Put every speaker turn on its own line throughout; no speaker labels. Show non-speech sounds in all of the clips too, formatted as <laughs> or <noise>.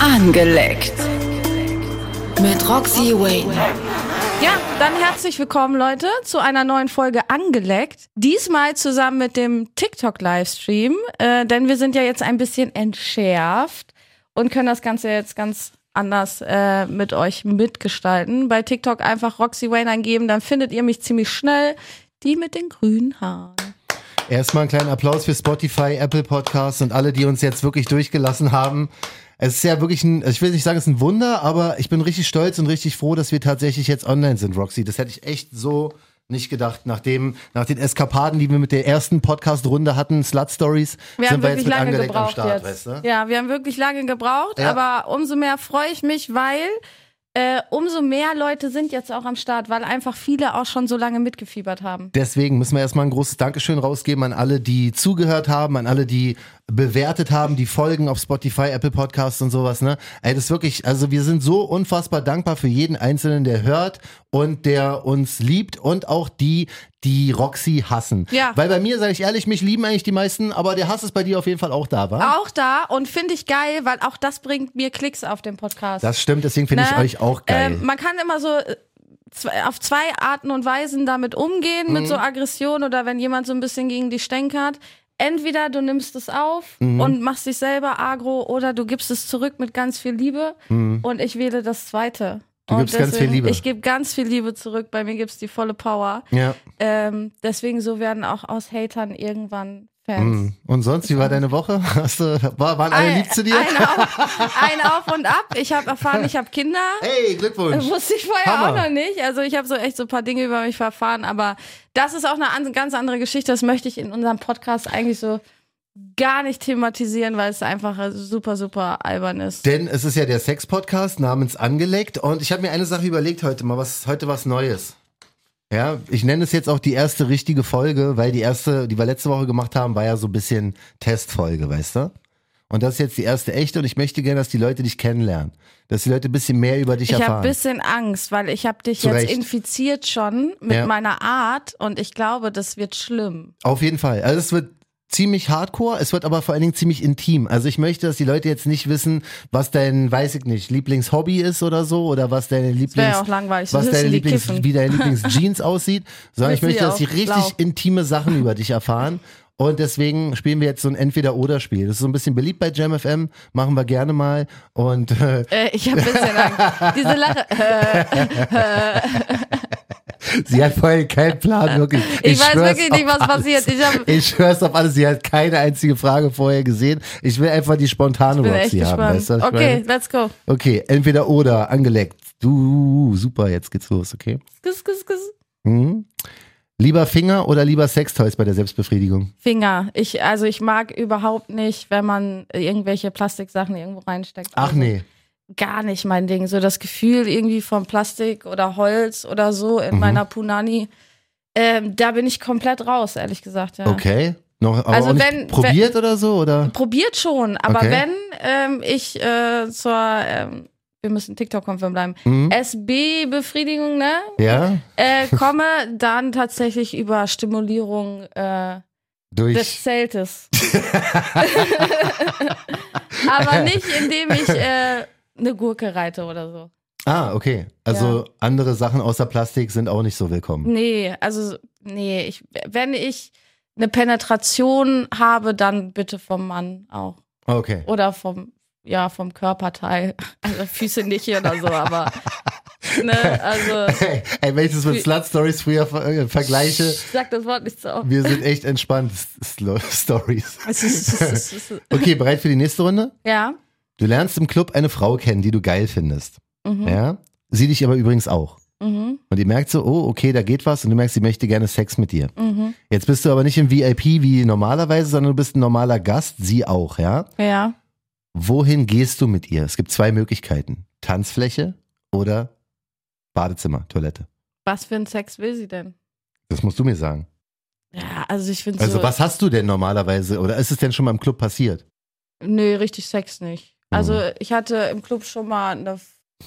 Angeleckt. Mit Roxy Wayne.
Ja, dann herzlich willkommen, Leute, zu einer neuen Folge Angeleckt. Diesmal zusammen mit dem TikTok-Livestream, äh, denn wir sind ja jetzt ein bisschen entschärft und können das Ganze jetzt ganz anders äh, mit euch mitgestalten. Bei TikTok einfach Roxy Wayne eingeben, dann findet ihr mich ziemlich schnell. Die mit den grünen Haaren.
Erstmal einen kleinen Applaus für Spotify, Apple Podcasts und alle, die uns jetzt wirklich durchgelassen haben. Es ist ja wirklich ein, ich will nicht sagen, es ist ein Wunder, aber ich bin richtig stolz und richtig froh, dass wir tatsächlich jetzt online sind, Roxy. Das hätte ich echt so nicht gedacht, nach, dem, nach den Eskapaden, die wir mit der ersten Podcast-Runde hatten, Slut Stories,
Wir haben
sind wir
wirklich
jetzt mit
lange
angelegt am
gebraucht
Start,
jetzt.
weißt du?
Ja, wir haben wirklich lange gebraucht,
Ja.
aber umso mehr freue ich mich, weil äh, umso mehr Leute sind jetzt auch am Start, weil einfach viele auch schon so lange mitgefiebert haben.
Deswegen müssen wir erstmal ein großes Dankeschön rausgeben an alle, die zugehört haben, an alle, die bewertet haben, die Folgen auf Spotify, Apple Podcasts und sowas, ne? Ey, das ist wirklich, also wir sind so unfassbar dankbar für jeden Einzelnen, der hört und der uns liebt und auch die, die Roxy hassen.
Ja.
Weil bei mir, sage ich ehrlich, mich lieben eigentlich die meisten, aber der Hass ist bei dir auf jeden Fall auch da, wa?
Auch da und finde ich geil, weil auch das bringt mir Klicks auf den Podcast.
Das stimmt, deswegen finde ich
Ne?
euch auch geil.
Ähm, man kann immer so äh, zwei- auf zwei Arten und Weisen damit umgehen,
Mhm.
mit so Aggression oder wenn jemand so ein bisschen gegen dich stänkert. Entweder du nimmst es auf
Mhm.
und machst dich selber agro oder du gibst es zurück mit ganz viel Liebe. Und ich wähle das Zweite.
Mhm. Du
und
gibst ganz viel Liebe.
Ich gebe ganz viel Liebe zurück. Bei mir gibt es die volle Power.
ja.
Ähm, deswegen, so werden auch aus Hatern irgendwann Fans.
Und sonst, wie war deine Woche? <laughs> Hast du, war, waren Mhm. alle
Ein-
lieb zu dir?
Ein auf, ein auf und ab. Ich habe erfahren, ich habe Kinder.
Hey, Glückwunsch!
Das Äh, wusste ich vorher
Hammer.
auch noch nicht. Also ich habe so echt so ein paar Dinge über mich verfahren, aber das ist auch eine an, ganz andere Geschichte. Das möchte ich in unserem Podcast eigentlich so gar nicht thematisieren, weil es einfach äh, super, super albern ist.
Denn es ist ja der Sex-Podcast namens Angelegt und ich habe mir eine Sache überlegt heute mal, was heute was Neues. Ja, ich nenne es jetzt auch die erste richtige Folge, weil die erste, die wir letzte Woche gemacht haben, war ja so ein bisschen Testfolge, weißt du? Und das ist jetzt die erste echte und ich möchte gerne, dass die Leute dich kennenlernen. Dass die Leute ein bisschen mehr über dich
Ich habe
erfahren.
ein bisschen Angst, weil ich habe dich
Zu
jetzt
Recht.
infiziert schon mit
Ja.
meiner Art und ich glaube, das wird schlimm.
Auf jeden Fall. Also es wird ziemlich hardcore, es wird aber vor allen Dingen ziemlich intim. Also ich möchte, dass die Leute jetzt nicht wissen, was dein, weiß ich nicht, Lieblingshobby ist oder so oder was deine Lieblings...
wäre ja auch langweilig, so
Was deine
sitzen die
Lieblings...
kiffen.
Wie deine
<laughs>
Lieblingsjeans aussieht, sondern ich
Wissen
möchte,
die
dass sie
auch. Blau.
richtig intime Sachen über dich erfahren. Und deswegen spielen wir jetzt so ein Entweder-Oder-Spiel. Das ist so ein bisschen beliebt bei JamFM, machen wir gerne mal. Und äh,
Äh, ich habe ein bisschen
<laughs>
Angst. Diese Lache. Äh,
sie hat voll keinen Plan, wirklich.
ich, weiß
schwör's
wirklich nicht,
auf
was passiert. Ich hab,
Ich höre es auf alles. Sie hat keine einzige Frage vorher gesehen. Ich will einfach die spontane
bin echt
Roxy
gespannt.
haben. Weißt du, was ich
okay,
meine?
let's go.
okay, entweder oder angeleckt. Du, super, jetzt geht's los, okay?
Kiss, kiss, kiss.
Mhm. Lieber Finger oder lieber Sextoys bei der Selbstbefriedigung?
Finger. Ich, also ich mag überhaupt nicht, wenn man irgendwelche Plastiksachen irgendwo reinsteckt.
Ach
also
nee.
Gar nicht mein Ding. So das Gefühl irgendwie von Plastik oder Holz oder so
Mhm.
in meiner Punani. Ähm, da bin ich komplett raus, ehrlich gesagt. Ja.
Okay. Noch, aber
Also
auch nicht
wenn-
probiert oder so? Oder?
Probiert schon, aber
Okay.
wenn ähm, ich äh, zur, ähm, wir müssen TikTok-Konfirm bleiben,
Mhm.
SB-Befriedigung, ne?
Ja?
Äh, komme dann tatsächlich über Stimulierung äh, des <laughs>
Durch.
Zeltes. Aber nicht, indem ich äh, eine Gurke reite oder so.
Ah, okay. Also andere Sachen außer Plastik sind auch nicht so willkommen.
Nee, also, nee, ich, wenn ich eine Penetration habe, dann bitte vom Mann auch.
Okay. <laughs>
Oder vom, ja, vom Körperteil. <laughs> Also Füße nicht hier oder so, <laughs> aber. Ne, also.
Hey, ey, wenn ich das mit
Wie-
Slut-Stories früher ver äh, vergleiche,
Sag das Wort nicht so oft.
wir sind echt entspannt. <laughs> Slo- Stories.
<laughs> Es ist- es ist- es ist-
Okay, bereit für die nächste Runde?
Ja.
Du lernst im Club eine Frau kennen, die du geil findest.
Mhm.
Ja? Sie dich aber übrigens auch.
Mhm.
Und ihr merkt so, oh, okay, da geht was. Und du merkst, sie möchte gerne Sex mit dir.
Mhm.
Jetzt bist du aber nicht im VIP wie normalerweise, sondern du bist ein normaler Gast, sie auch, ja?
Ja.
Wohin gehst du mit ihr? Es gibt zwei Möglichkeiten. Tanzfläche oder Badezimmer, Toilette.
Was für einen Sex will sie denn?
Das musst du mir sagen.
Ja, also ich finde
Also
so.
was hast du denn normalerweise? Oder ist es denn schon mal im Club passiert?
Nö, richtig Sex nicht. Also
Mhm.
ich hatte im Club schon mal eine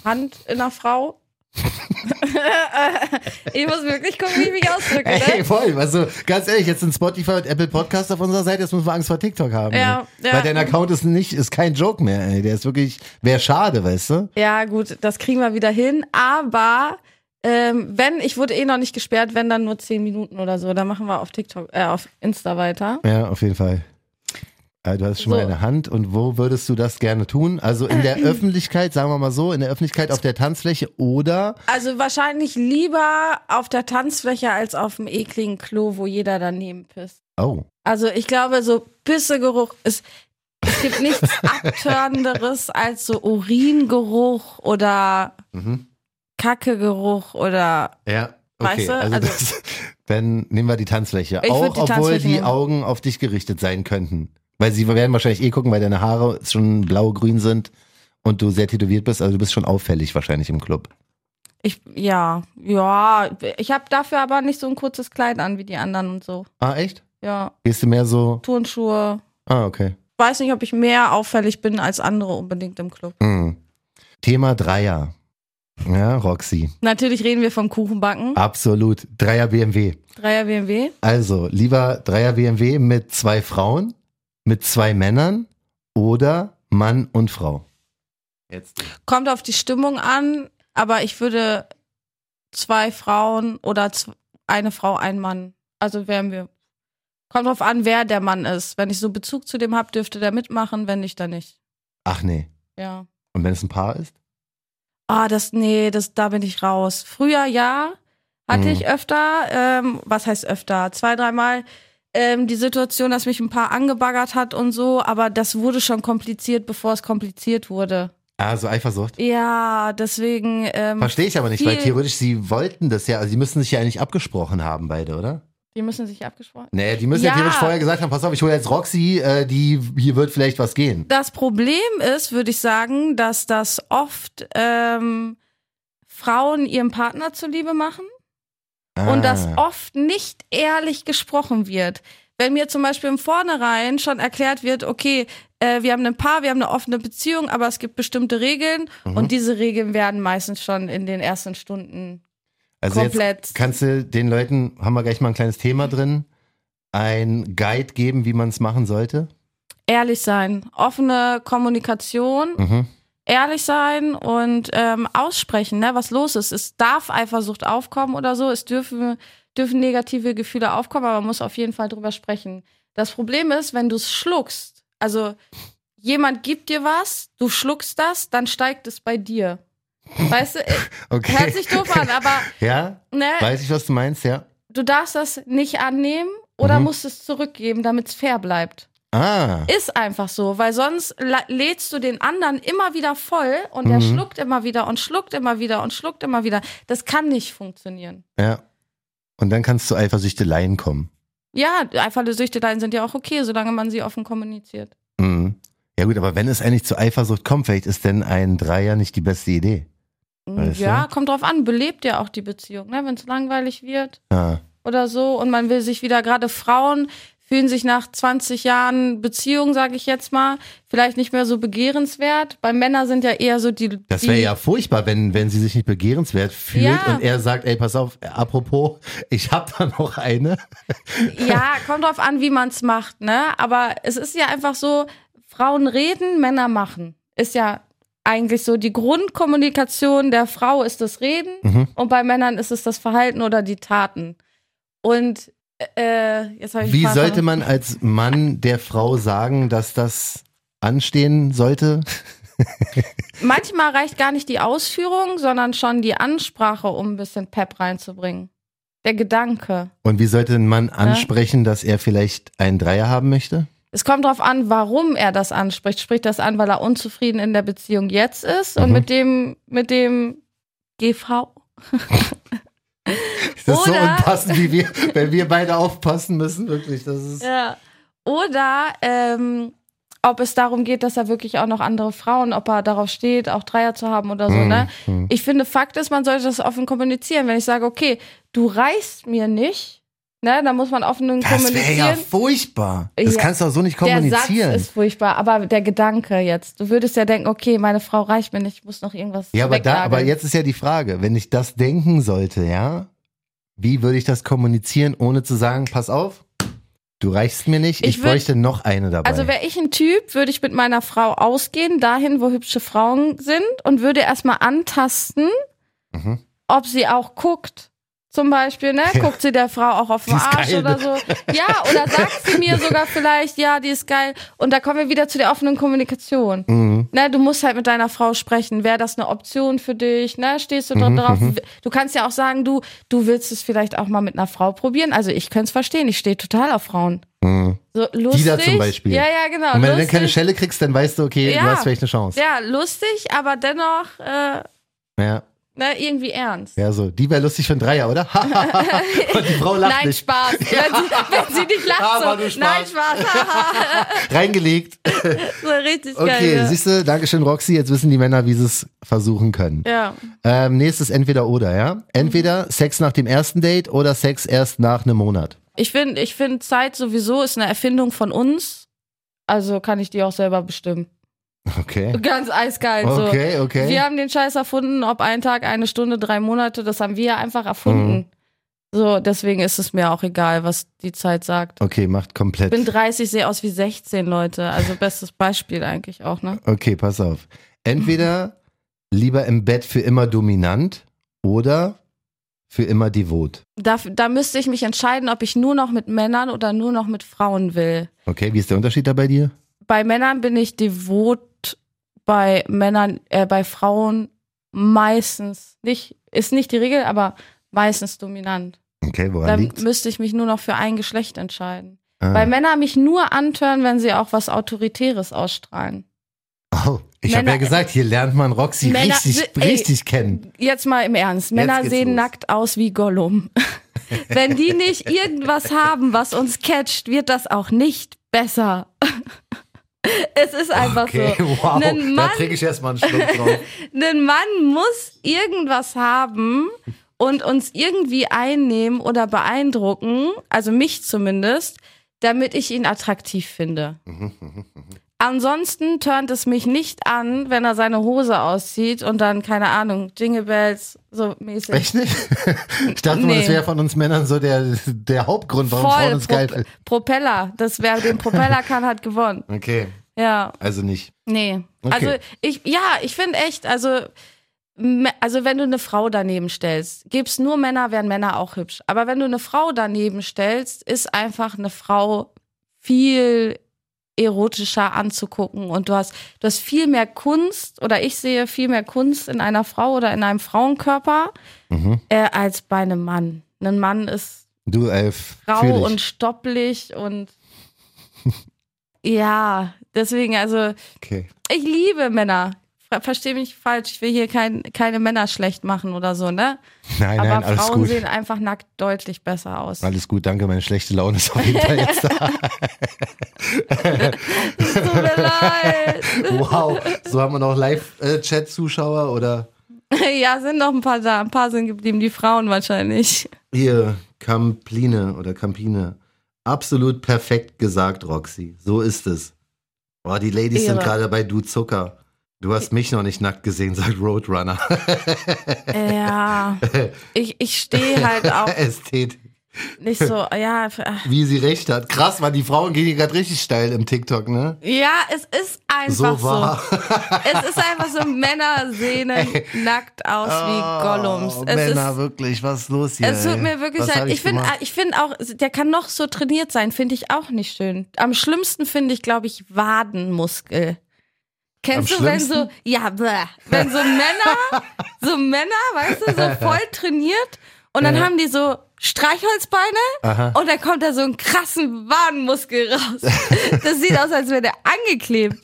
Hand in einer Frau. <laughs> Ich muss wirklich gucken, wie ich mich ausdrücke,
<laughs> Ey,
ne?
voll. Also ganz ehrlich, jetzt sind Spotify und Apple Podcasts auf unserer Seite, jetzt müssen wir Angst vor TikTok haben. ne?
Ja,
ey.
ja.
Weil dein Account ist nicht, ist kein Joke mehr, ey. Der ist wirklich, wäre schade, weißt du?
Ja, gut, das kriegen wir wieder hin. Aber ähm, wenn, ich wurde eh noch nicht gesperrt, wenn dann nur 10 Minuten oder so. Dann machen wir auf TikTok, äh, auf Insta weiter.
Ja, auf jeden Fall. Äh, Du hast schon mal
So.
eine Hand und wo würdest du das gerne tun? Also
<clears throat>
in der Öffentlichkeit, sagen wir mal so, in der Öffentlichkeit auf der Tanzfläche oder
Also wahrscheinlich lieber auf der Tanzfläche als auf dem ekligen Klo, wo jeder daneben pisst.
oh,
Also ich glaube, so Pissegeruch ist. Es gibt nichts Abtörenderes als so Uringeruch oder Kackegeruch oder.
Mhm. ja, okay.
Weißt du,
Also,
also-
das, <laughs> dann nehmen wir die Tanzfläche.
Ich würd
Auch
die
obwohl
Tanzfläche
die
nehmen.
Augen auf dich gerichtet sein könnten, weil sie werden wahrscheinlich eh gucken, weil deine Haare schon blau-grün sind und du sehr tätowiert bist, also du bist schon auffällig wahrscheinlich im Club.
Ich, ja, ja. Ich habe dafür aber nicht so ein kurzes Kleid an wie die anderen und so.
Ah echt?
Ja,
Gehst du mehr so?
Turnschuhe.
Ah okay.
Weiß nicht, ob ich mehr auffällig bin als andere unbedingt im Club.
Hm. Thema Dreier. Ja, Roxy.
Natürlich reden wir vom Kuchenbacken.
Ah. Absolut. Dreier BMW.
Dreier BMW.
Also, lieber Dreier BMW mit zwei Frauen, mit zwei Männern oder Mann und Frau. Jetzt.
Kommt auf die Stimmung an, aber ich würde zwei Frauen oder z- eine Frau, ein Mann. Also wären wir. Kommt drauf an, wer der Mann ist. Wenn ich so Bezug zu dem hab, dürfte der mitmachen, wenn nicht, dann nicht.
Ach nee.
Ja.
Und wenn es ein Paar ist?
Ah, das, nee, das, da bin ich raus. Früher ja, hatte
Mhm.
ich öfter, ähm, was heißt öfter? Zwei, dreimal ähm, die Situation, dass mich ein paar angebaggert hat und so, aber das wurde schon kompliziert, bevor es kompliziert wurde.
Also Eifersucht.
Ja, deswegen. Ähm,
Verstehe ich aber nicht, weil
Viel-
theoretisch, sie wollten das ja, also sie müssen sich ja eigentlich abgesprochen haben, beide, oder?
Die müssen sich abgesprochen.
Nee, die müssen ja,
Ja.
theoretisch vorher gesagt haben, pass auf, ich hole jetzt Roxy, äh, die, hier wird vielleicht was gehen.
Das Problem ist, würde ich sagen, dass das oft ähm, Frauen ihrem Partner zuliebe machen und dass
Ah.
oft nicht ehrlich gesprochen wird. Wenn mir zum Beispiel im Vornherein schon erklärt wird, okay, äh, wir haben ein Paar, wir haben eine offene Beziehung, aber es gibt bestimmte Regeln
Mhm.
und diese Regeln werden meistens schon in den ersten Stunden.
Also
Komplett.
jetzt kannst du den Leuten, haben wir gleich mal ein kleines Thema drin, ein Guide geben, wie man es machen sollte.
Ehrlich sein, offene Kommunikation,
Mhm.
ehrlich sein und ähm, aussprechen, ne, was los ist. Es darf Eifersucht aufkommen oder so. Es dürfen, dürfen negative Gefühle aufkommen, aber man muss auf jeden Fall drüber sprechen. Das Problem ist, wenn du es schluckst, also jemand gibt dir was, du schluckst das, dann steigt es bei dir. Weißt du, äh,
Okay.
hört sich doof an, aber
Ja,
ne,
weiß ich, was du meinst, ja.
du darfst das nicht annehmen oder
Mhm.
musst es zurückgeben, damit es fair bleibt.
Ah,
Ist einfach so, weil sonst la- lädst du den anderen immer wieder voll und der
Mhm.
schluckt immer wieder und schluckt immer wieder und schluckt immer wieder. Das kann nicht funktionieren.
ja. Und dann kannst du Eifersüchteleien kommen.
Ja, Eifersüchteleien sind ja auch okay, solange man sie offen kommuniziert.
Mhm. Ja gut, aber wenn es eigentlich zu Eifersucht kommt, vielleicht ist denn ein Dreier nicht die beste Idee. Weißt
Hm, ja,
du?
kommt drauf an, belebt ja auch die Beziehung, ne? wenn es langweilig wird
Ah,
oder so und man will sich wieder, gerade Frauen fühlen sich nach 20 Jahren Beziehung, sage ich jetzt mal, vielleicht nicht mehr so begehrenswert. Bei Männern sind ja eher so die...
das
die-
wäre ja furchtbar, wenn, wenn sie sich nicht begehrenswert fühlt
Ja.
und er sagt, ey, pass auf, äh, apropos, ich hab da noch eine. <laughs>
Ja, kommt drauf an, wie man's macht, ne? Aber es ist ja einfach so, Frauen reden, Männer machen. Ist ja eigentlich so die Grundkommunikation der Frau ist das Reden
Mhm.
und bei Männern ist es das Verhalten oder die Taten. Und äh, jetzt habe ich
Wie
Spaß
sollte
an-
man als Mann der Frau sagen, dass das anstehen sollte?
Manchmal reicht gar nicht die Ausführung, sondern schon die Ansprache, um ein bisschen Pep reinzubringen. Der Gedanke.
Und wie sollte ein Mann ansprechen, dass er vielleicht einen Dreier haben möchte?
Es kommt darauf an, warum er das anspricht. Spricht das an, weil er unzufrieden in der Beziehung jetzt ist und
Mhm.
mit dem, mit dem GV?
Das ist so
Oder-
unpassend, wie wir, wenn wir beide aufpassen müssen, wirklich. Das ist.
Ja. Oder ähm, ob es darum geht, dass er wirklich auch noch andere Frauen, ob er darauf steht, auch Dreier zu haben oder so,
Mhm.
ne? Ich finde, Fakt ist, man sollte das offen kommunizieren. Wenn ich sage, okay, du reichst mir nicht, Ne, da muss man offen und
Ah, Das wäre ja
kommunizieren.
furchtbar. Das
Ja.
kannst du auch so nicht
Der Satz
kommunizieren.
ist furchtbar, aber der Gedanke jetzt. Du würdest ja denken, okay, meine Frau reicht mir nicht, ich muss noch irgendwas
ja, aber, da,
wegnageln.
aber jetzt ist ja die Frage, wenn ich das denken sollte, ja, wie würde ich das kommunizieren, ohne zu sagen, pass auf, du reichst mir nicht, ich,
Ich würd-
bräuchte noch eine dabei.
Also wäre ich ein Typ, würde ich mit meiner Frau ausgehen, dahin, wo hübsche Frauen sind und würde erstmal antasten,
Mhm.
ob sie auch guckt. Zum Beispiel, ne?
<laughs>
Guckt sie der Frau auch auf den
Die ist
Arsch
geil,
oder
ne?
so? Ja, oder sagt sie
<laughs>
mir sogar vielleicht, ja, die ist geil. Und da kommen wir wieder zu der offenen Kommunikation.
mhm.
Ne, du musst halt mit deiner Frau sprechen. Wäre das eine Option für dich? Ne, stehst du
Mhm,
da drauf? Du kannst ja auch sagen, du, du willst es vielleicht auch mal mit einer Frau probieren. Also ich könnte es verstehen. Ich stehe total auf Frauen.
Mhm.
So lustig.
da zum Beispiel.
Ja, ja, genau.
Und wenn du dann
lustig,
keine Schelle kriegst, dann weißt du, okay,
Ja.
du hast vielleicht eine Chance.
ja, lustig, aber dennoch äh,
Ja, ja,
ne, irgendwie ernst.
so. Die wäre lustig für einen Dreier, oder? <laughs> Und die Frau lacht
Nein,
nicht. <laughs>
Spaß. Wenn, sie, wenn sie nicht lacht,
Aber
so.
nur Spaß.
Nein, Spaß. haha. <laughs>
Reingelegt.
so richtig
Okay,
geil. ne?
siehst du, Dankeschön, Roxy. Jetzt wissen die Männer, wie sie es versuchen können.
ja. Mhm.
Ähm, nächstes entweder oder, ja? Entweder Sex nach dem ersten Date oder Sex erst nach einem Monat. <laughs>
Ich finde, ich find, Zeit sowieso ist eine Erfindung von uns. Also kann ich die auch selber bestimmen.
Okay.
Ganz eiskalt. So.
Okay, okay.
Also, Wir haben den Scheiß erfunden, ob ein Tag, eine Stunde, drei Monate, das haben wir ja einfach erfunden.
Mhm.
So, deswegen ist es mir auch egal, was die Zeit sagt.
okay, macht komplett.
Bin 30, sehe aus wie 16, Leute. Also bestes Beispiel eigentlich auch, ne?
okay, pass auf. Entweder lieber im Bett für immer dominant oder für immer devot.
Da, da müsste ich mich entscheiden, ob ich nur noch mit Männern oder nur noch mit Frauen will.
Okay, wie ist der Unterschied da bei dir?
Bei Männern bin ich devot, bei Männern, äh, bei Frauen meistens nicht, ist nicht die Regel, aber meistens dominant.
Okay,
Da
woran liegt's?
müsste ich mich nur noch für ein Geschlecht entscheiden. Weil
Ah.
Männer mich nur antören, wenn sie auch was Autoritäres ausstrahlen.
Oh, ich habe
Männer-
ja gesagt, hier lernt man Roxy
Männer-
richtig,
Ey.
richtig kennen.
Jetzt mal im Ernst. Männer
geht's
sehen
los.
nackt aus wie
<laughs>
Gollum. wenn die nicht irgendwas haben, was uns catcht, wird das auch nicht besser. <laughs> es ist einfach
Okay,
so.
wow.
Ein
Da
Mann,
trinke ich erstmal einen Schluck drauf.
<laughs> ein Mann muss irgendwas haben und uns irgendwie einnehmen oder beeindrucken, also mich zumindest, damit ich ihn attraktiv finde. Ansonsten turnt es mich nicht an, wenn er seine Hose auszieht und dann, keine Ahnung, Jingle Bells, so mäßig.
Echt nicht? Ich dachte mal,
Nee.
das wäre von uns Männern so der, der Hauptgrund, warum Frauen
Voll
uns geil
Pro
finden.
Propeller. Das wer den Propeller kann, hat gewonnen.
Okay,
Ja,
also nicht.
nee.
Okay.
Also ich, ja, ich finde echt, also, me- also wenn du eine Frau daneben stellst, gibt's nur Männer, wären Männer auch hübsch. Aber wenn du eine Frau daneben stellst, ist einfach eine Frau viel erotischer anzugucken und du hast, du hast viel mehr Kunst oder ich sehe viel mehr Kunst in einer Frau oder in einem Frauenkörper
Mhm.
äh, als bei einem Mann. Ein Mann ist
Du, äh, Elf.
grau und stopplich und <laughs> ja, deswegen, also
Okay.
ich liebe Männer. Ver- Versteh mich falsch, ich will hier kein, keine Männer schlecht machen oder so, ne?
Nein,
Aber
nein, alles
Frauen
gut.
sehen einfach nackt deutlich besser aus.
Alles gut, danke. Meine schlechte Laune ist auf jeden Fall jetzt da.
<laughs> Tut mir leid.
<laughs> Wow. So haben wir noch Live-Chat-Zuschauer oder
<laughs> ja, sind noch ein paar da, ein paar sind geblieben, die Frauen wahrscheinlich.
hier Kampline oder Kampine. Absolut perfekt gesagt, Roxy. So ist es. Boah, die Ladies sind
Ehre.
gerade bei Du Zucker. Du hast mich noch nicht nackt gesehen, sagt Roadrunner.
Äh,
<laughs>
Ja, ich, ich stehe halt auch
Ästhetik.
nicht so, ja, f- äh.
Wie sie recht hat. Krass, man, die Frauen gehen hier gerade richtig steil im TikTok, ne?
ja, es ist einfach
so wahr.
Es ist einfach so, Männer
<laughs>
sehen nackt aus wie Gollums.
Oh,
Es
Männer,
ist,
wirklich, was ist los hier?
es tut
ey?
mir wirklich
Was hab
leid. Ich finde
gemacht?
ich find auch, der kann noch so trainiert sein, finde ich auch nicht schön. Am schlimmsten finde ich, glaube ich, Wadenmuskel. Kennst
Am
du, wenn so, ja, bäh, wenn so
<laughs>
Männer, so Männer, weißt du, so voll trainiert und dann haben die so Streichholzbeine
Aha.
und dann kommt da so ein krassen Wadenmuskel
<laughs>
raus. Das sieht aus, als wäre der angeklebt.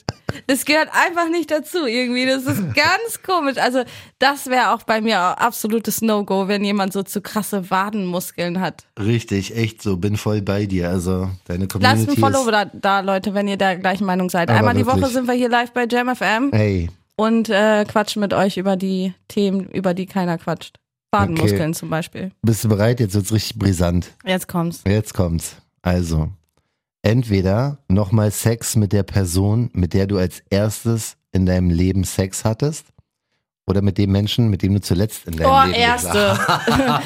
Das gehört einfach nicht dazu irgendwie. Das ist ganz komisch. Also das wäre auch bei mir absolutes No-Go, wenn jemand so zu krasse Wadenmuskeln hat.
Richtig, echt so, bin voll bei dir. Also, deine Community
Lasst ein Follow
ist,
da, da, Leute, wenn ihr der gleichen Meinung seid.
Aber
Einmal die
wirklich.
Woche sind wir hier live bei JamFM
Ey,
und äh, quatschen mit euch über die Themen, über die keiner quatscht. Wadenmuskeln zum Beispiel.
Bist du bereit? Jetzt wird's richtig brisant.
Jetzt kommt's.
Jetzt kommt's. Also, entweder nochmal Sex mit der Person, mit der du als erstes in deinem Leben Sex hattest, oder mit dem Menschen, mit dem du zuletzt in deinem
Oh,
Leben
erste. <laughs>
<laughs>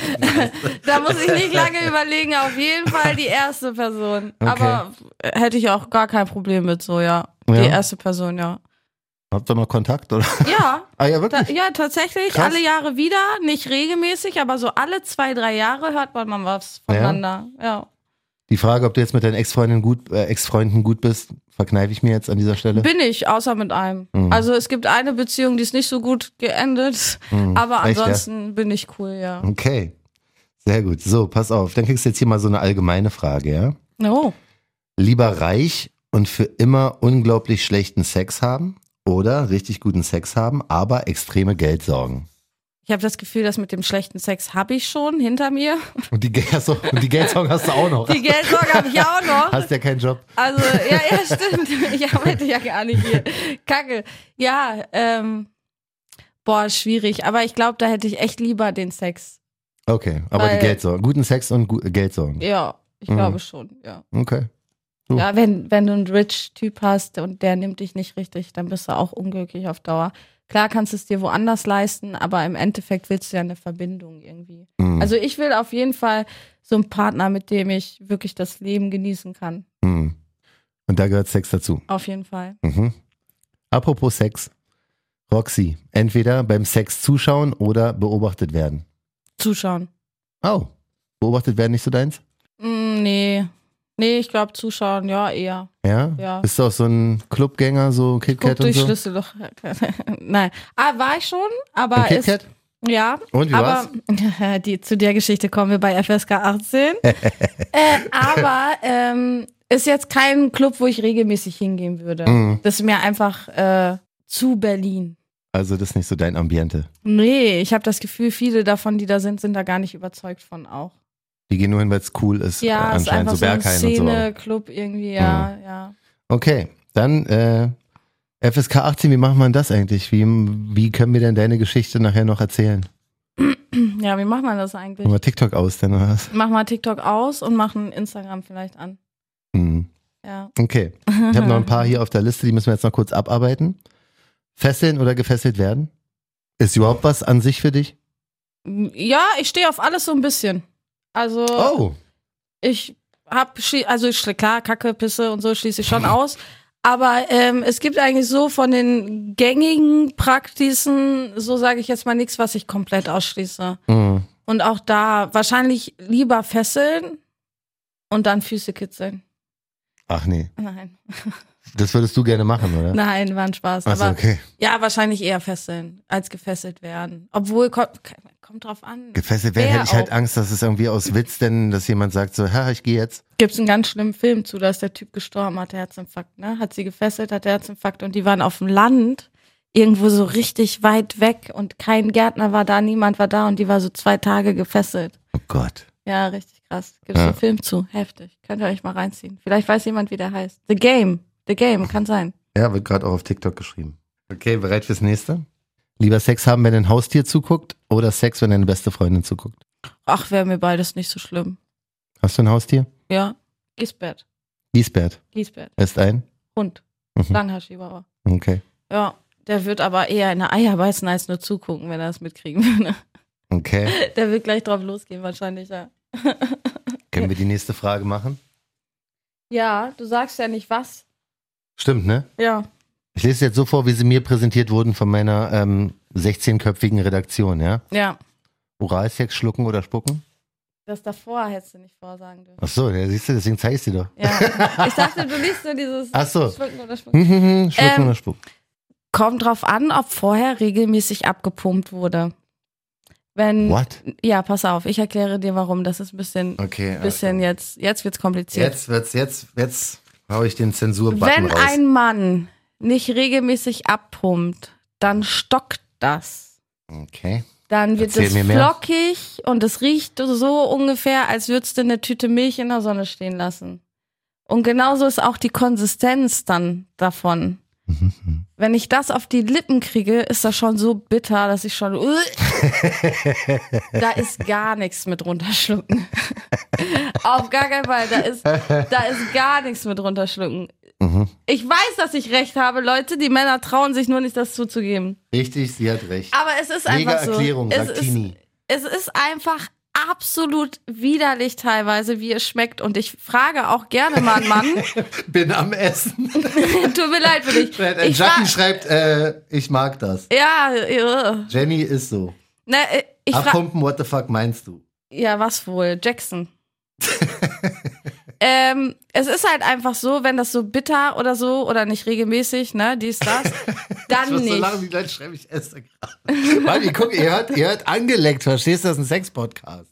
da muss ich nicht lange überlegen. Auf jeden Fall die erste Person.
Okay.
Aber äh, hätte ich auch gar kein Problem mit so, ja. Die
Ja.
erste Person, ja.
Habt ihr noch Kontakt, oder?
Ja,
Ah ja,
da,
wirklich?
ja, tatsächlich.
Krass.
Alle Jahre wieder. Nicht regelmäßig, aber so alle zwei, drei Jahre hört man mal was
Ja.
voneinander. Ja.
Die Frage, ob du jetzt mit deinen Ex-Freundinnen gut, äh, Ex-Freunden gut bist, verkneife ich mir jetzt an dieser Stelle.
Bin ich, außer mit einem.
Ne? Mhm.
Also es gibt eine Beziehung, die ist nicht so gut geendet.
Mhm.
Aber
Echt, ja?
ansonsten bin ich cool, ja.
Okay. Sehr gut. So, pass auf. Dann kriegst du jetzt hier mal so eine allgemeine Frage, ja?
Oh.
Lieber reich und für immer unglaublich schlechten Sex haben oder richtig guten Sex haben, aber extreme Geldsorgen.
Ich habe das Gefühl, das mit dem schlechten Sex habe ich schon hinter mir.
Und die, Geld- achso, und die Geldsorgen hast du auch noch.
Die Geldsorge habe ich auch noch.
<laughs> Hast ja keinen Job.
Also, ja, ja, stimmt. Ich arbeite ja gar nicht hier. Kacke. Ja, ähm, boah, schwierig. Aber ich glaube, da hätte ich echt lieber den Sex.
Okay, aber
Weil-
die Geldsorgen. Guten Sex und gu Geldsorgen.
Ja, ich
Mhm.
glaube schon, ja.
Okay. Du.
Ja, wenn, wenn du einen Rich-Typ hast und der nimmt dich nicht richtig, dann bist du auch unglücklich auf Dauer. Klar kannst du es dir woanders leisten, aber im Endeffekt willst du ja eine Verbindung irgendwie.
Mhm.
Also ich will auf jeden Fall so einen Partner, mit dem ich wirklich das Leben genießen kann.
Mhm. Und da gehört Sex dazu.
Auf jeden Fall.
Mhm. Apropos Sex. Roxy, entweder beim Sex zuschauen oder beobachtet werden.
Zuschauen.
Oh, beobachtet werden nicht so deins?
Mm, nee. Nee, ich glaube zuschauen, ja, eher.
Ja?
Ja.
Bist du auch so ein Clubgänger, so
Guck
KitKat und
durch
so?
Schlüsselloch. <laughs> Nein. Ah, war ich schon, aber
Im KitKat?
ist. Ja.
Und wie war's?
aber <laughs> die, zu der Geschichte kommen wir bei FSK
<laughs>
18. äh, aber ähm, ist jetzt kein Club, wo ich regelmäßig hingehen würde.
Mhm.
Das ist mir einfach äh, zu Berlin.
Also das ist nicht so dein Ambiente.
Nee, ich habe das Gefühl, viele davon, die da sind, sind da gar nicht überzeugt von auch.
Die gehen nur hin, weil es cool ist.
Ja,
äh,
ist
anscheinend
einfach
so Mhm.
so eine
Berghain und
Szene, Club irgendwie, ja, ja. <clears throat>
so. Okay, dann äh, FSK 18, wie machen wir denn das eigentlich? Wie, wie können wir denn deine Geschichte nachher noch erzählen?
Ja, wie macht man das eigentlich?
Machen wir TikTok aus, denn oder was?
Mach mal TikTok aus und mach ein Instagram vielleicht an.
Hm.
Ja.
Okay, ich habe noch ein paar hier auf der Liste, die müssen wir jetzt noch kurz abarbeiten. Fesseln oder gefesselt werden? Ist überhaupt was an sich für dich?
Ja, ich stehe auf alles so ein bisschen. Also
Oh,
ich hab, schli- also schli- klar, Kacke, Pisse und so schließe ich schon aus. Aber ähm, es gibt eigentlich so von den gängigen Praktiken, so sage ich jetzt mal nichts, was ich komplett ausschließe.
hm.
Und auch da wahrscheinlich lieber fesseln und dann Füße kitzeln. <laughs>
ach nee,
Nein,
das würdest du gerne machen, oder?
nein, war ein Spaß.
Also
aber
okay,
ja, wahrscheinlich eher fesseln als gefesselt werden. Obwohl kommt, kommt drauf an.
gefesselt werden
Wer
hätte ich halt
auch.
Angst, dass es irgendwie aus Witz denn, dass jemand sagt so, ha, ich gehe jetzt.
Gibt's einen ganz schlimmen Film zu, da ist der Typ gestorben, hat Herzinfarkt, ne? Hat sie gefesselt, hat Herzinfarkt und die waren auf dem Land, irgendwo so richtig weit weg und kein Gärtner war da, niemand war da und die war so zwei Tage gefesselt.
Oh Gott.
Ja, richtig krass. Gibt's
Ja.
einen Film zu, heftig. Könnt ihr euch mal reinziehen. Vielleicht weiß jemand, wie der heißt. The Game, The Game, kann sein.
Ja, wird gerade auch auf TikTok geschrieben. Okay, bereit fürs nächste? Lieber Sex haben, wenn ein Haustier zuguckt oder Sex, wenn deine beste Freundin zuguckt.
Ach, wäre mir beides nicht so schlimm.
Hast du ein Haustier?
Ja, Gisbert,
Lisbeth
Gisbert,
ist ein?
Hund,
Mhm.
Langhaar-Chihuahua.
Okay.
Ja, der wird aber eher in eine Eier beißen, als nur zugucken, wenn er es mitkriegen würde.
Okay.
Der wird gleich drauf losgehen, wahrscheinlich, ja.
Können wir die nächste Frage machen?
Ja, du sagst ja nicht was.
Stimmt, ne?
Ja.
Ich lese jetzt so vor, wie sie mir präsentiert wurden von meiner ähm, 16-köpfigen Redaktion, ja?
Ja.
Oralsex schlucken oder spucken?
Das davor hättest du nicht vorsagen dürfen.
Ach so, ja, siehst du, deswegen zeige ich sie doch.
Ja. <laughs> Ich
<laughs>
dachte, du liest so dieses
Ach so.
Schlucken oder Schlucken.
Hm, hm, hm, schlucken
Ähm,
oder spucken?
Kommt drauf an, ob vorher regelmäßig abgepumpt wurde. Wenn.
What?
Ja, pass auf, ich erkläre dir warum. Das ist ein bisschen,
Okay. also.
bisschen jetzt, jetzt wird's kompliziert.
Jetzt wird's, jetzt, jetzt hau ich den Zensurbutton
Wenn
raus.
ein Mann nicht regelmäßig abpumpt, dann stockt das.
okay.
Dann wird
Erzähl
es
mir mehr.
flockig und es riecht so ungefähr, als würdest du eine Tüte Milch in der Sonne stehen lassen. Und genauso ist auch die Konsistenz dann davon.
Mhm.
Wenn ich das auf die Lippen kriege, ist das schon so bitter, dass ich schon.
<laughs>
da ist gar nichts mit runterschlucken. <laughs> auf gar keinen Fall. Da ist, da ist gar nichts mit runterschlucken.
Mhm.
Ich weiß, dass ich recht habe, Leute. Die Männer trauen sich nur nicht, das zuzugeben.
Richtig, sie hat recht.
Aber es ist
Mega
einfach so.
Erklärung,
es
sagt
ist,
Tini.
es ist einfach absolut widerlich teilweise, wie es schmeckt. Und ich frage auch gerne mal einen
<laughs>
Mann. <laughs>
Bin am Essen.
Tut mir leid für dich.
Äh,
<laughs> Ich
Jacken
frage,
schreibt, äh, ich mag das.
ja, äh,
Jenny ist so.
ne, äh, ich frage,
Abpumpen, what the fuck meinst du?
ja, was wohl,
<laughs>
Jackson. ähm, es ist halt einfach so, wenn das so bitter oder so oder nicht regelmäßig, ne, dies,
<laughs>
das, dann
muss
nicht.
die Leute schreiben, ich esse gerade. Mann, ihr, guckt, ihr, hört, ihr hört angeleckt, verstehst du, das ist ein Sex-Podcast.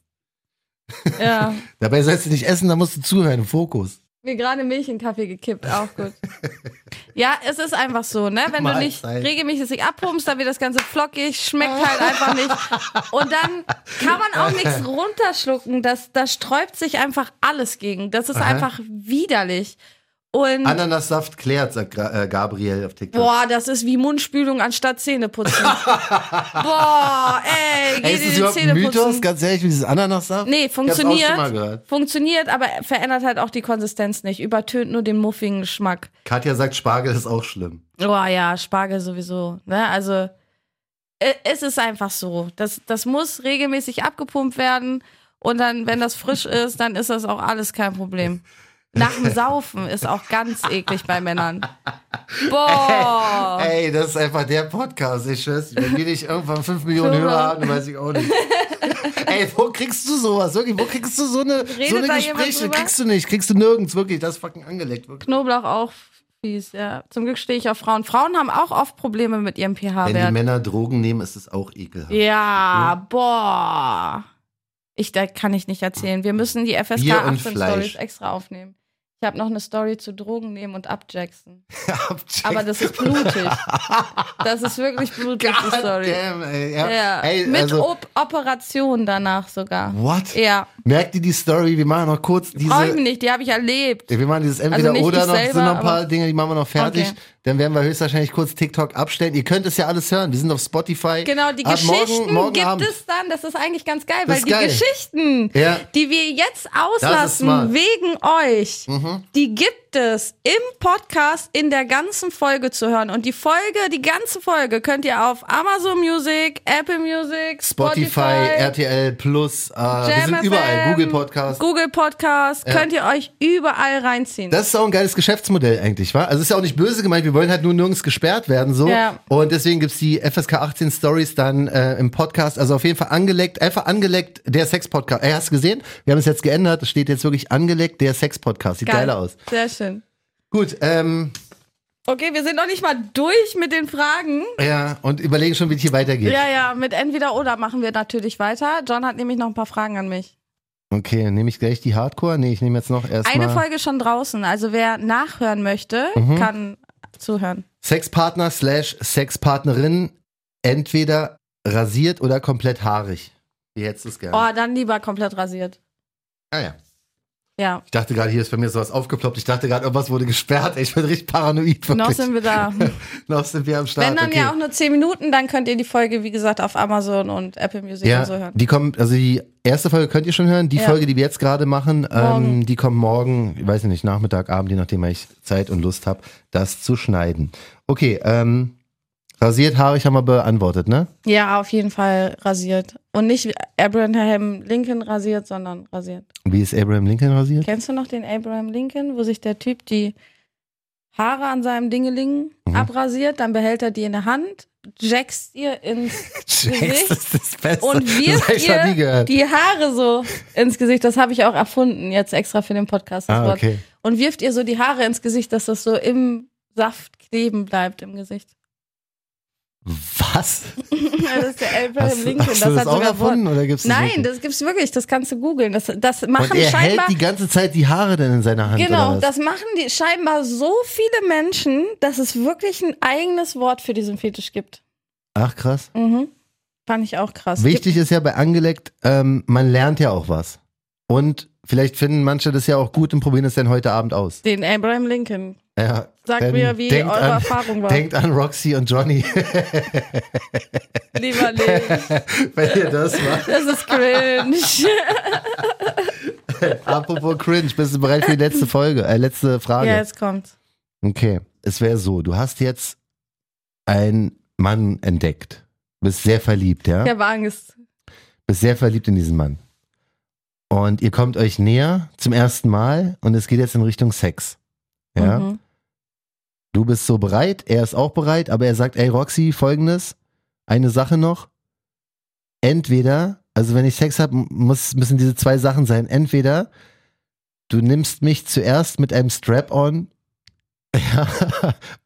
ja.
Dabei sollst du nicht essen, da musst du zuhören, im Fokus.
Mir gerade Milch in Kaffee gekippt, auch
<laughs>
gut. ja, es ist einfach so, ne? Wenn du nicht
Mahlzeit.
regelmäßig abpumpst, dann wird das Ganze flockig, schmeckt halt einfach nicht. Und dann kann man auch
<laughs>
nichts runterschlucken. Das, da sträubt sich einfach alles gegen. Das ist
Aha.
einfach widerlich. Und
Ananassaft klärt, sagt Gra äh, Gabriel auf TikTok.
Hm. boah, das ist wie Mundspülung anstatt
<laughs>
Zähneputzen. boah, ey, geh
Ey,
dir
ist das
die
überhaupt ein
Zähne
Mythos,
putzen.
ganz ehrlich, dieses Ananassaft?
Nee,
Ich hab's auch schon mal
funktioniert.
gehört.
Funktioniert, aber verändert halt auch die Konsistenz nicht. Übertönt nur den muffigen Geschmack.
Katja sagt, Spargel ist auch schlimm.
Oh ja, Spargel sowieso. Ne? Also äh, es ist einfach so. Das, das muss regelmäßig abgepumpt werden. Und dann, wenn das frisch ist, dann ist das auch alles kein Problem. Nach dem Saufen ist auch ganz eklig bei Männern. Boah.
Ey, das ist einfach der Podcast, ich schwör's. dir. Wenn wir nicht irgendwann 5 Millionen
Hörer.
Hörer haben, dann weiß ich auch
<laughs>
nicht. Ey, wo kriegst du sowas? Wirklich, wo kriegst du so eine, so eine
da jemand
Gespräche?
drüber?
Kriegst du nicht, kriegst du nirgends, wirklich. Das ist fucking angelegt, wirklich.
Knoblauch auch fies, ja. Zum Glück stehe ich auf Frauen. Frauen haben auch oft Probleme mit ihrem
Wenn die
pH-Wert.
Männer Drogen nehmen, ist es auch ekelhaft.
Ja, boah. Ich, da kann ich nicht erzählen. Wir müssen die FSK
Bier und
18
Fleisch.
Stories extra aufnehmen. Ich habe noch eine Story zu Drogen nehmen und abjacksen.
<laughs> Abcheck.
Aber das
<laughs>
ist blutig. Das ist wirklich blutig, die Story.
Damn, ey. Ja.
Ja.
Ey,
Mit
also,
Op Operation danach sogar.
what?
Ja,
Merkt ihr die Story? Wir machen noch kurz
brauche ich
diese.
mir nicht, die habe ich erlebt.
Wir machen dieses
Also
entweder
nicht
oder
ich
noch,
selber,
sind noch ein paar
aber-
Dinge, die machen wir noch fertig.
Okay.
Dann werden wir höchstwahrscheinlich kurz TikTok abstellen. Ihr könnt es ja alles hören. Wir sind auf Spotify.
Genau, die
Ab
Geschichten
morgen, morgen
gibt
Abend.
es dann. Das ist eigentlich ganz geil,
Das
weil
ist
die
geil.
Geschichten,
Ja.
die wir jetzt
Das ist
auslassen
smart. Mhm.
wegen euch, die gibt es im Podcast in der ganzen Folge zu hören. Und die Folge, die ganze Folge könnt ihr auf Amazon Music, Apple Music,
Spotify,
Spotify,
RTL Plus, äh, wir
Jam
sind überall.
FM,
Google Podcast.
Google Podcast, könnt ihr euch überall reinziehen.
Das ist auch ein geiles Geschäftsmodell eigentlich, wa? Also ist ja auch nicht böse gemeint, wir wollen halt nur nirgends gesperrt werden so.
Ja.
Und deswegen gibt's die FSK 18 Stories dann äh, im Podcast. Also auf jeden Fall angeleckt, einfach angeleckt der Sex-Podcast. Ey, hast du gesehen? Wir haben es jetzt geändert. Es steht jetzt wirklich angeleckt der Sex-Podcast. Sieht
Geil.
geil aus.
Sehr schön.
Gut, ähm,
Okay, wir sind noch nicht mal durch mit den Fragen.
ja, und überlegen schon, wie es hier weitergeht.
Ja, ja, mit entweder oder machen wir natürlich weiter. John hat nämlich noch ein paar Fragen an mich.
Okay, nehme ich gleich die Hardcore? Nee, ich nehme jetzt noch
Eine
erstmal
Folge ist schon draußen. Also wer nachhören möchte,
Mhm.
kann zuhören.
Sexpartner slash Sexpartnerin entweder rasiert oder komplett haarig. Wie hättest du es gerne?
Oh, dann lieber komplett rasiert.
Ah, ja.
Ja.
Ich dachte gerade, hier ist bei mir sowas aufgeploppt. Ich dachte gerade, irgendwas wurde gesperrt. Ich bin richtig paranoid. Wirklich.
Noch sind wir
<laughs>
da.
Noch sind wir am Start.
Wenn dann
okay.
ja auch nur 10 Minuten, dann könnt ihr die Folge, wie gesagt, auf Amazon und Apple Music
Ja,
und so hören.
die kommt, also die erste Folge könnt ihr schon hören. Die
Ja.
Folge, die wir jetzt gerade machen, ähm,
Morgen.
die kommt morgen, ich weiß nicht, Nachmittag, Abend, je nachdem, weil ich Zeit und Lust habe, das zu schneiden. Okay, ähm, rasiert, haarig haben wir beantwortet, ne?
Ja, auf jeden Fall rasiert. Und nicht Abraham Lincoln rasiert, sondern rasiert.
Wie ist Abraham Lincoln rasiert?
Kennst du noch den Abraham Lincoln, wo sich der Typ die Haare an seinem Dingeling
Mhm.
abrasiert, dann behält er die in der Hand, jackst ihr ins
Jax, das ist das Beste.
und
das
wirft
hab ich noch nie
ihr
gehört.
die Haare so ins Gesicht. Das habe ich auch erfunden, jetzt extra für den Podcast. Das
Ah,
Wort.
okay.
Und wirft ihr so die Haare ins Gesicht, dass das so im Saft kleben bleibt im Gesicht.
Was?
<laughs> das ist der Abraham
Hast, du-
Lincoln. Das,
hast du das,
hat
auch
sogar Wort.
erfunden oder gibt's das
Nein,
wirklich?
das gibt's wirklich. Das kannst du googeln. Das, das machen
Und er hält
scheinbar.
die ganze Zeit die Haare denn in seiner Hand.
Genau,
oder was?
das machen die scheinbar so viele Menschen, dass es wirklich ein eigenes Wort für diesen Fetisch gibt.
Ach krass.
Mhm. Fand ich auch krass.
Wichtig ist ja bei Angeleckt, ähm, man lernt ja auch was. Und vielleicht finden manche das ja auch gut und probieren es dann heute Abend aus.
Den Abraham Lincoln.
Ja,
Sagt
dann
mir, wie
Ähm, denkt
eure
an,
Erfahrung war.
Denkt an Roxy und Johnny, <laughs>
Lieber nicht.
wenn ihr das macht.
Das ist
<laughs>
cringe.
Apropos cringe, bist du bereit für die letzte Folge, äh, letzte Frage?
ja, jetzt kommt's.
Okay, es wäre so, du hast jetzt einen Mann entdeckt. Bist sehr verliebt, ja?
Ich habe Angst.
Bist sehr verliebt in diesen Mann. Und ihr kommt euch näher zum ersten Mal und es geht jetzt in Richtung Sex. Ja?
Mhm.
Du bist so bereit, er ist auch bereit, aber er sagt, ey Roxy, folgendes, eine Sache noch. Entweder, also wenn ich Sex habe, muss, müssen diese zwei Sachen sein. Entweder du nimmst mich zuerst mit einem Strap-on, <laughs> ja,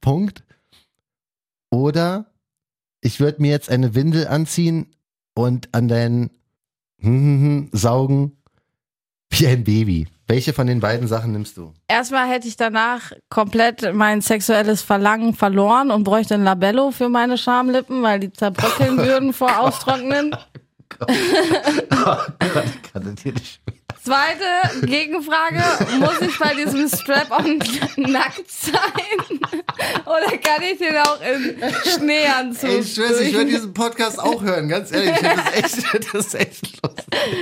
Punkt. Oder ich würde mir jetzt eine Windel anziehen und an deinen hm, saugen wie ein Baby. Welche von den beiden Sachen nimmst du? <laughs>
Erstmal hätte ich danach komplett mein sexuelles Verlangen verloren und bräuchte ein Labello für meine Schamlippen, weil die
<laughs>
zerbröckeln würden vor Austrocknen.
Ich kann das hier nicht
Zweite Gegenfrage, muss ich bei diesem Strap-on nackt sein? <laughs> Oder kann ich den auch in Schneeanzug?
Ey, ich schwör's, ich
durch-
würde diesen Podcast auch hören, ganz ehrlich. Ich finde das echt, <laughs> ich find das echt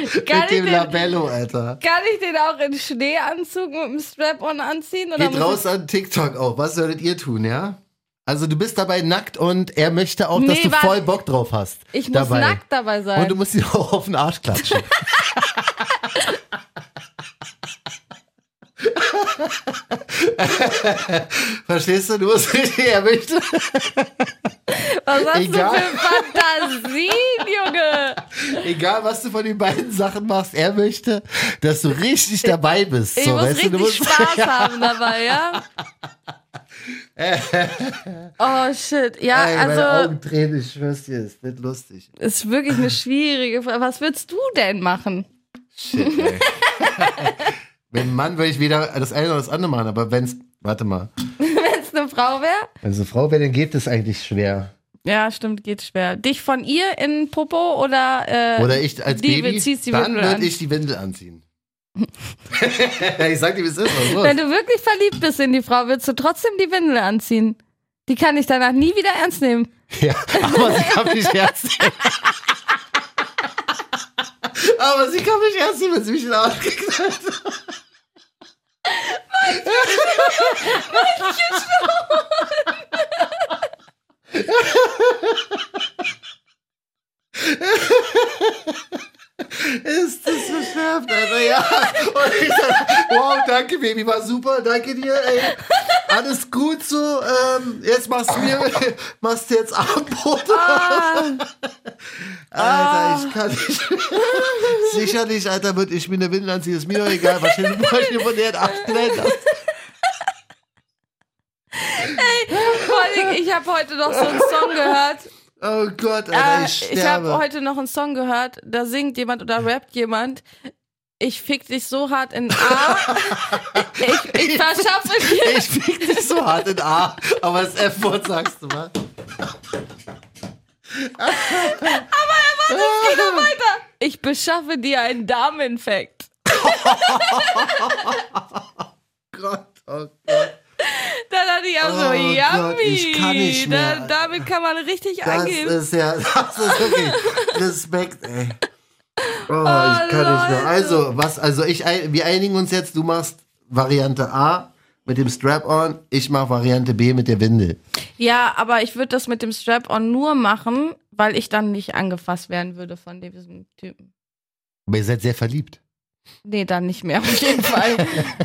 lustig.
Kann
Mit
ich
dem
den-
Labello, Alter.
Kann ich den auch in Schneeanzug mit dem Strap-on anziehen? Oder
Geht raus an TikTok auch. Was solltet ihr tun, ja? Also du bist dabei nackt und er möchte auch, dass
Nee,
du
warte.
voll Bock drauf hast.
ich, ich muss
dabei.
nackt dabei sein.
Und du musst ihn auch auf den
<laughs>
Arsch klatschen. <laughs> Verstehst du? Du musst, <laughs> er möchte,
Was hast
Egal.
du für Fantasien, Junge?
egal was du von den beiden Sachen machst, er möchte, dass du richtig dabei bist.
Ich
so,
muss
weißt du,
richtig
du musst,
Spaß haben dabei, ja? oh shit, ja,
<laughs> Ey, meine
also
Augen drehen, ich schwör's dir, ist nicht lustig.
ist wirklich eine schwierige Frage. Was würdest du denn machen? <laughs>
Shit, <laughs> ey. Mit einem Mann würde ich weder das eine oder das andere machen, aber wenn's, warte mal,
Wenn es eine Frau wäre?
wenn es eine Frau wäre, dann geht das eigentlich schwer.
Ja, stimmt, geht schwer. Dich von ihr in Popo oder, äh,
Oder ich als
die
Baby,
ziehst die
dann
Windel an.
würde ich die Windel
<laughs>
anziehen. <laughs> ich sag dir, wie es ist. Was
wenn
ist los?
du wirklich verliebt bist in die Frau, würdest du trotzdem die Windel anziehen. Die kann ich danach nie wieder ernst
<laughs>
nehmen.
Ja, aber sie kann mich ernst nehmen. aber sie kann mich ernst nehmen, wenn sie mich in den Arsch geknallt hat. Ist das verschärft, also ja. Und ich sag, wow, danke, Baby, war super, danke dir, ey. Alles gut so, ähm, jetzt machst du mir, machst du jetzt Abendbrot.
Ah,
Alter, ich kann nicht. <laughs> Sicherlich, Alter, wird ich mir eine Windel anziehen, ist mir doch egal, wahrscheinlich mach ich mir von der abschneiden.
vor allem, ich habe heute noch so einen Song gehört.
Oh Gott, Alter,
Äh,
ich
ich habe
sterbe.
heute noch einen Song gehört, da singt jemand oder rappt jemand. Ich fick dich so hart in
<laughs>
A. ich, ich verschaffe dir.
Ich, fick dich so hart in A, aber das F-Wort sagst du <laughs> mal. Oh
Ich beschaffe dir einen Darminfekt.
Gott, oh Gott.
Da dachte ich auch so,
Oh
yummy.
Gott, ich kann nicht mehr.
Da, damit kann man richtig
Das
angehen.
ist ja, <laughs> das ist wirklich Respekt, ey. Oh, ich kann nicht mehr.
Leute.
Also, was, also ich, ein- wir einigen uns jetzt, du machst Variante A mit dem Strap-on, ich mach Variante B mit der Windel.
Ja, aber ich würde das mit dem Strap-on nur machen, weil ich dann nicht angefasst werden würde von diesem Typen.
Aber ihr seid sehr verliebt.
Nee, dann nicht mehr auf jeden
<laughs>
Fall.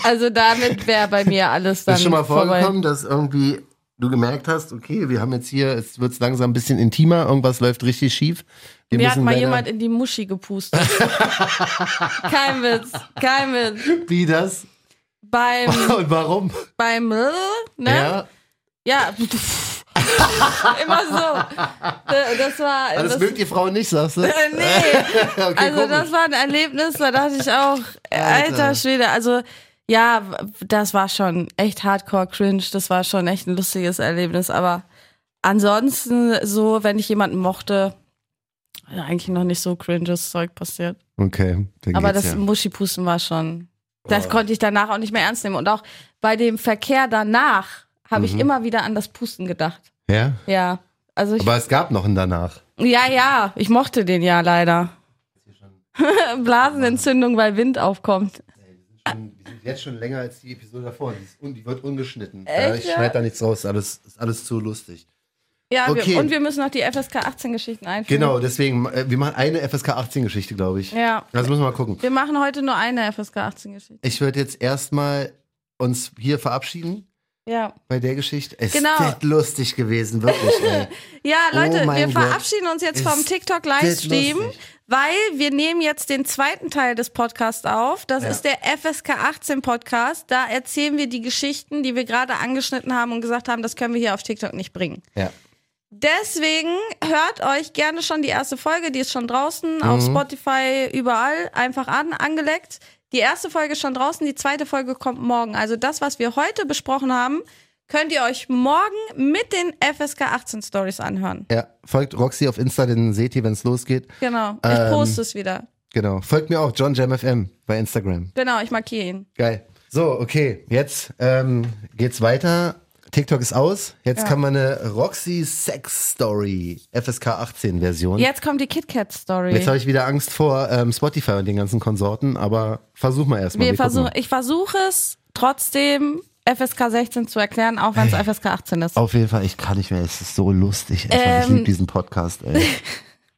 Also damit wäre bei mir alles dann
ist schon mal
vorbei.
vorgekommen, dass irgendwie du gemerkt hast, okay, wir haben jetzt hier, es wird langsam ein bisschen intimer, irgendwas läuft richtig schief. Wir
Mir hat
müssen
mal
leider-
jemand in die Muschi gepustet. <laughs> kein Witz, kein Witz.
<laughs> Wie das?
Beim,
Und warum?
beim, ne? Ja. <laughs>
Ja.
Immer so. D- Das war,
Das,
Also das,
mögt ihr Frauen nicht, sagst du? <laughs> okay,
äh, <laughs> nee. Also
komisch.
das war ein Erlebnis, da dachte ich auch, äh,
Alter.
alter Schwede, also ja, w- das war schon echt hardcore cringe, das war schon echt ein lustiges Erlebnis, aber ansonsten so, wenn ich jemanden mochte, eigentlich noch nicht so cringes Zeug passiert.
Okay, dann
Aber
geht's
das
ja.
Muschipusten war schon Das konnte ich danach auch nicht mehr ernst nehmen. Und auch bei dem Verkehr danach habe
Mhm.
ich immer wieder an das Pusten gedacht.
Ja?
Ja. Also ich,
Aber es gab noch einen danach.
ja, ja, ich mochte den ja leider. <laughs> Blasenentzündung, weil Wind aufkommt. Ah.
Jetzt schon länger als die Episode davor. Die, wird ungeschnitten.
Echt,
ich
ja?
schneide da nichts raus. Alles, ist alles zu lustig.
Ja,
Okay.
wir, und wir müssen noch die FSK 18 Geschichten einführen.
Genau, deswegen, äh, wir machen eine FSK 18-Geschichte, glaube ich.
Ja.
Das müssen wir mal gucken.
Wir machen heute nur eine FSK 18 Geschichte.
Ich würde jetzt erstmal uns hier verabschieden
Ja.
bei der Geschichte. Es
Genau.
ist das lustig gewesen, wirklich.
<laughs>
Ey.
Ja,
Oh
Leute, wir
mein Gott.
verabschieden uns jetzt
Ist
vom TikTok-Livestream,
das lustig.
weil wir nehmen jetzt den zweiten Teil des Podcasts auf. Das
Ja.
ist der FSK 18 Podcast. Da erzählen wir die Geschichten, die wir gerade angeschnitten haben und gesagt haben, das können wir hier auf TikTok nicht bringen.
Ja.
Deswegen hört euch gerne schon die erste Folge, die ist schon
Mhm.
draußen auf Spotify, überall einfach an, angeleckt. Die erste Folge ist schon draußen, die zweite Folge kommt morgen. Also das, was wir heute besprochen haben, könnt ihr euch morgen mit den FSK 18 Stories anhören.
ja. Folgt Roxy auf Insta, dann seht ihr, wenn es losgeht.
Genau, ich
Ähm.
poste es wieder.
Genau. Folgt mir auch, JohnJamFM bei Instagram.
Genau, ich markiere ihn.
Geil. So, okay. Jetzt ähm, geht's weiter. TikTok ist aus. Jetzt kann man eine Roxy Sex Story FSK 18 Version.
Jetzt kommt die KitKat-Story.
Jetzt habe ich wieder Angst vor ähm, Spotify und den ganzen Konsorten, aber versuch mal erstmal.
Wir
gucken
versuch,
mal.
ich versuche es trotzdem FSK 16 zu erklären, auch wenn es FSK 18 ist.
Auf jeden Fall, ich kann nicht mehr. Es ist so lustig. Einfach. ich
Ähm.
liebe diesen
<laughs>
Podcast, ey.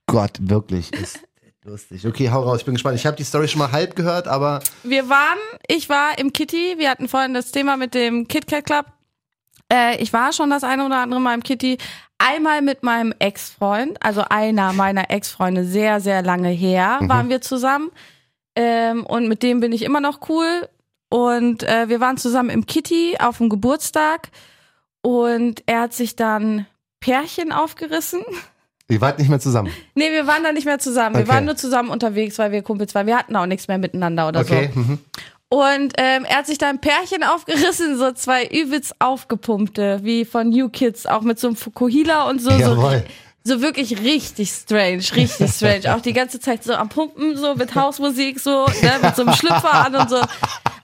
Gott, wirklich. Ist lustig. Okay, hau raus. Ich bin gespannt. Ich habe die Story schon mal halb gehört, aber
Wir waren, ich war im Kitty, wir hatten vorhin das Thema mit dem KitKat Club. Äh, ich war schon das eine oder andere Mal im Kitty. Einmal mit meinem Ex-Freund, also einer meiner Ex-Freunde, sehr, sehr lange her,
Mhm.
waren wir zusammen. Ähm, und mit dem bin ich immer noch cool. Und äh, wir waren zusammen im Kitty auf dem Geburtstag. Und er hat sich dann Pärchen aufgerissen. <laughs>
ihr wart nicht mehr zusammen.
Nee, wir waren da nicht mehr zusammen. Wir
Okay.
waren nur zusammen unterwegs, weil wir Kumpels waren. Wir hatten auch nichts mehr miteinander oder so.
Okay. Mhm.
Und ähm, er hat sich da ein Pärchen aufgerissen, so zwei übelst aufgepumpte, wie von New Kids, auch mit so einem Fukuhila und so. So,
Jawohl.
so wirklich richtig strange, richtig strange. auch die ganze Zeit so am Pumpen, so mit Hausmusik, so, ne, mit so einem Schlüpfer an und so.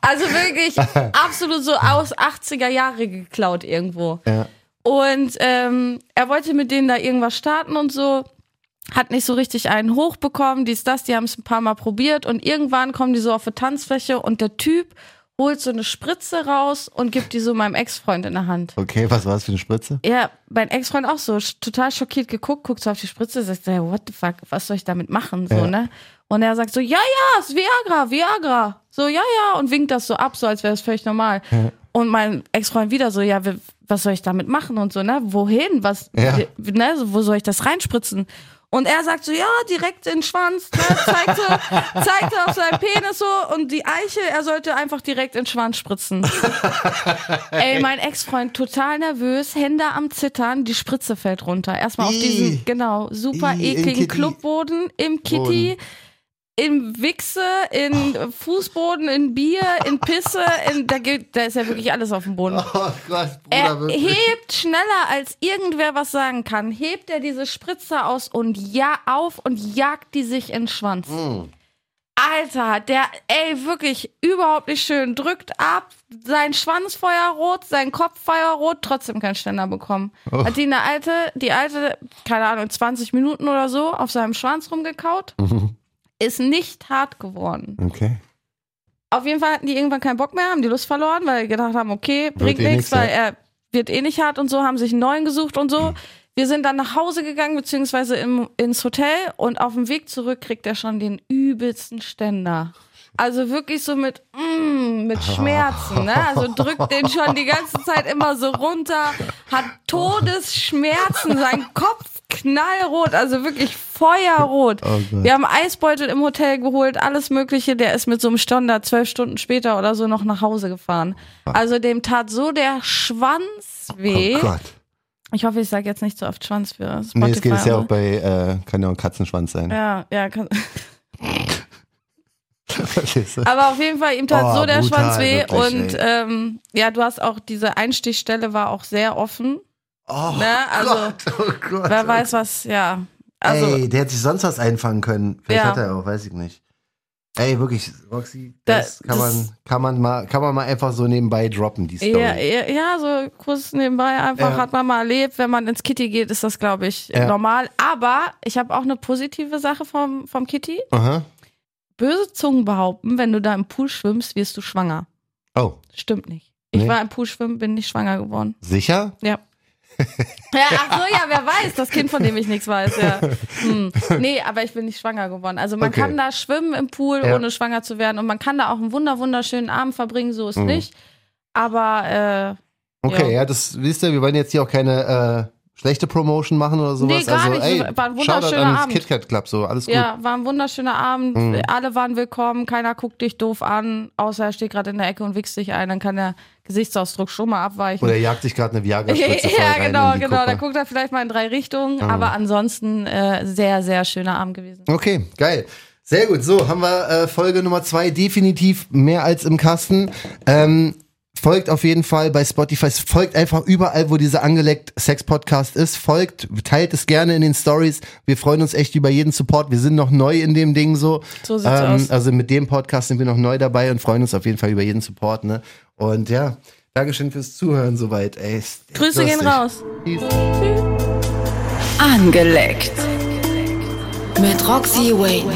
Also wirklich absolut so aus 80er Jahre geklaut irgendwo.
Ja.
Und ähm, er wollte mit denen da irgendwas starten und so. Hat nicht so richtig einen hochbekommen, dies, das, die haben es ein paar Mal probiert und irgendwann kommen die so auf eine Tanzfläche und der Typ holt so eine Spritze raus und gibt die so meinem Ex-Freund in der Hand.
Okay, was war das für eine Spritze?
Ja, mein Ex-Freund auch so sch- total schockiert geguckt, guckt so auf die Spritze, sagt, "Hey, what the fuck, was soll ich damit machen? So,
Ja.
ne? Und er sagt so, ja, ja, ist Viagra, Viagra. So, ja, ja, und winkt das so ab, so als wäre es völlig normal. Und mein Ex-Freund wieder so, ja, wir- was soll ich damit machen und so, ne? Wohin? Was,
Ja.
wie- ne? So, wo soll ich das reinspritzen? Und er sagt so, ja, direkt in den Schwanz, ne? zeigt, <laughs> so, zeigt so auf seinen Penis so und die Eiche, er sollte einfach direkt in den Schwanz spritzen. Ey, mein Ex-Freund total nervös, Hände am Zittern, die Spritze fällt runter. Erstmal auf
Ih.
diesen, genau, super
Ih, im
ekligen
Kitty.
Clubboden, im Kitty, im Wichse, in Fußboden, in Bier, in Pisse, in, da, geht, da ist ja wirklich alles auf dem Boden.
Oh Gott, Bruder,
Er
wirklich.
hebt schneller, als irgendwer was sagen kann, hebt er diese Spritze aus und ja auf und jagt die sich in den Schwanz.
Mm.
Alter, der, ey, wirklich überhaupt nicht schön. Drückt ab, sein Schwanz feuerrot, sein Kopf feuerrot, trotzdem keinen Ständer bekommen.
Oh.
Hat die eine alte, die alte, keine Ahnung, 20 Minuten oder so auf seinem Schwanz rumgekaut.
Mhm.
Ist nicht hart geworden.
Okay.
Auf jeden Fall hatten die irgendwann keinen Bock mehr, haben die Lust verloren, weil die gedacht haben, okay, bringt
eh
nichts,
nix,
weil
ja. Hm.
er wird eh nicht hart und so, haben sich einen neuen gesucht und so. Wir sind dann nach Hause gegangen, beziehungsweise im, ins Hotel und auf dem Weg zurück kriegt er schon den übelsten Ständer. Also wirklich so mit, mm,
<laughs>
mit Schmerzen, ne? Also drückt den schon die ganze Zeit immer so runter, hat Todesschmerzen, sein Kopf knallrot, also wirklich feuerrot.
Oh Gott.
Wir haben Eisbeutel im Hotel geholt, alles Mögliche. Der ist mit so einem Stonder zwölf Stunden später oder so noch nach Hause gefahren. Also dem tat so der Schwanz weh.
Oh Gott.
ich hoffe, ich sage jetzt nicht so oft Schwanz für Spotify.
Nee, es geht es ja
aber-
auch bei, äh, kann ja auch ein Katzenschwanz sein.
ja, ja, kann,
<laughs> Verstehst du?
aber auf jeden Fall, ihm tat
Oh,
so der
brutal,
Schwanz weh.
wirklich,
und
ey.
ähm, ja, du hast auch, diese Einstichstelle war auch sehr offen.
Oh,
Ne, also,
Gott, oh Gott.
Wer weiß was, ja. Also,
Ey, der hätte sich sonst was einfangen können. Vielleicht
Ja.
hat er auch, weiß ich nicht. Ey, wirklich, Roxy,
Da-
das, kann,
das-
man, kann, man mal, kann man mal einfach so nebenbei droppen, die Story.
Ja, ja, ja, so kurz nebenbei einfach
Ja.
hat man mal erlebt, wenn man ins Kitty geht, ist das, glaube ich,
Ja.
normal. Aber ich habe auch eine positive Sache vom, vom Kitty.
Aha.
Böse Zungen behaupten, wenn du da im Pool schwimmst, wirst du schwanger.
Oh,
Stimmt nicht. Ich
Nee.
war im Pool schwimmen, bin nicht schwanger geworden.
sicher?
Ja. <laughs> ja, ach so, ja, wer weiß, das Kind, von dem ich nichts weiß, ja. Hm. Nee, aber ich bin nicht schwanger geworden. Also man
Okay.
kann da schwimmen im Pool,
Ja.
ohne schwanger zu werden. Und man kann da auch einen wunder, wunderschönen Abend verbringen, so ist
Mhm.
nicht. Aber äh,
Okay,
Ja.
ja, das wisst ihr, wir wollen jetzt hier auch keine äh, schlechte Promotion machen oder sowas.
Nee, gar
also,
nicht.
ey,
War ein
Shoutout
wunderschöner
an das
Abend.
KitKat Club, so, alles gut.
Ja, war ein wunderschöner Abend.
Mhm.
Alle waren willkommen. Keiner guckt dich doof an, außer er steht gerade in der Ecke und wichst dich ein. Dann kann der Gesichtsausdruck schon mal abweichen.
Oder jagt sich gerade eine Viagra-Spritze
<laughs>
voll
ja,
rein
genau,
in die
genau. Da
Kuppe.
guckt er vielleicht mal in drei Richtungen. Aber ansonsten äh, sehr, sehr schöner Abend gewesen.
Okay, geil. Sehr gut. So, haben wir äh, Folge Nummer zwei definitiv mehr als im Kasten. Ähm, folgt auf jeden Fall bei Spotify. Folgt einfach überall, wo dieser angeleckt Sex-Podcast ist. Folgt, teilt es gerne in den Stories. Wir freuen uns echt über jeden Support. Wir sind noch neu in dem Ding so.
So sieht's aus.
Also mit dem Podcast sind wir noch neu dabei und freuen uns auf jeden Fall über jeden Support. Ne? Und ja, Dankeschön fürs Zuhören soweit. Ey, ist echt
Grüße gehen
lustig.
raus.
Peace.
Angeleckt. Mit Roxy Wayne.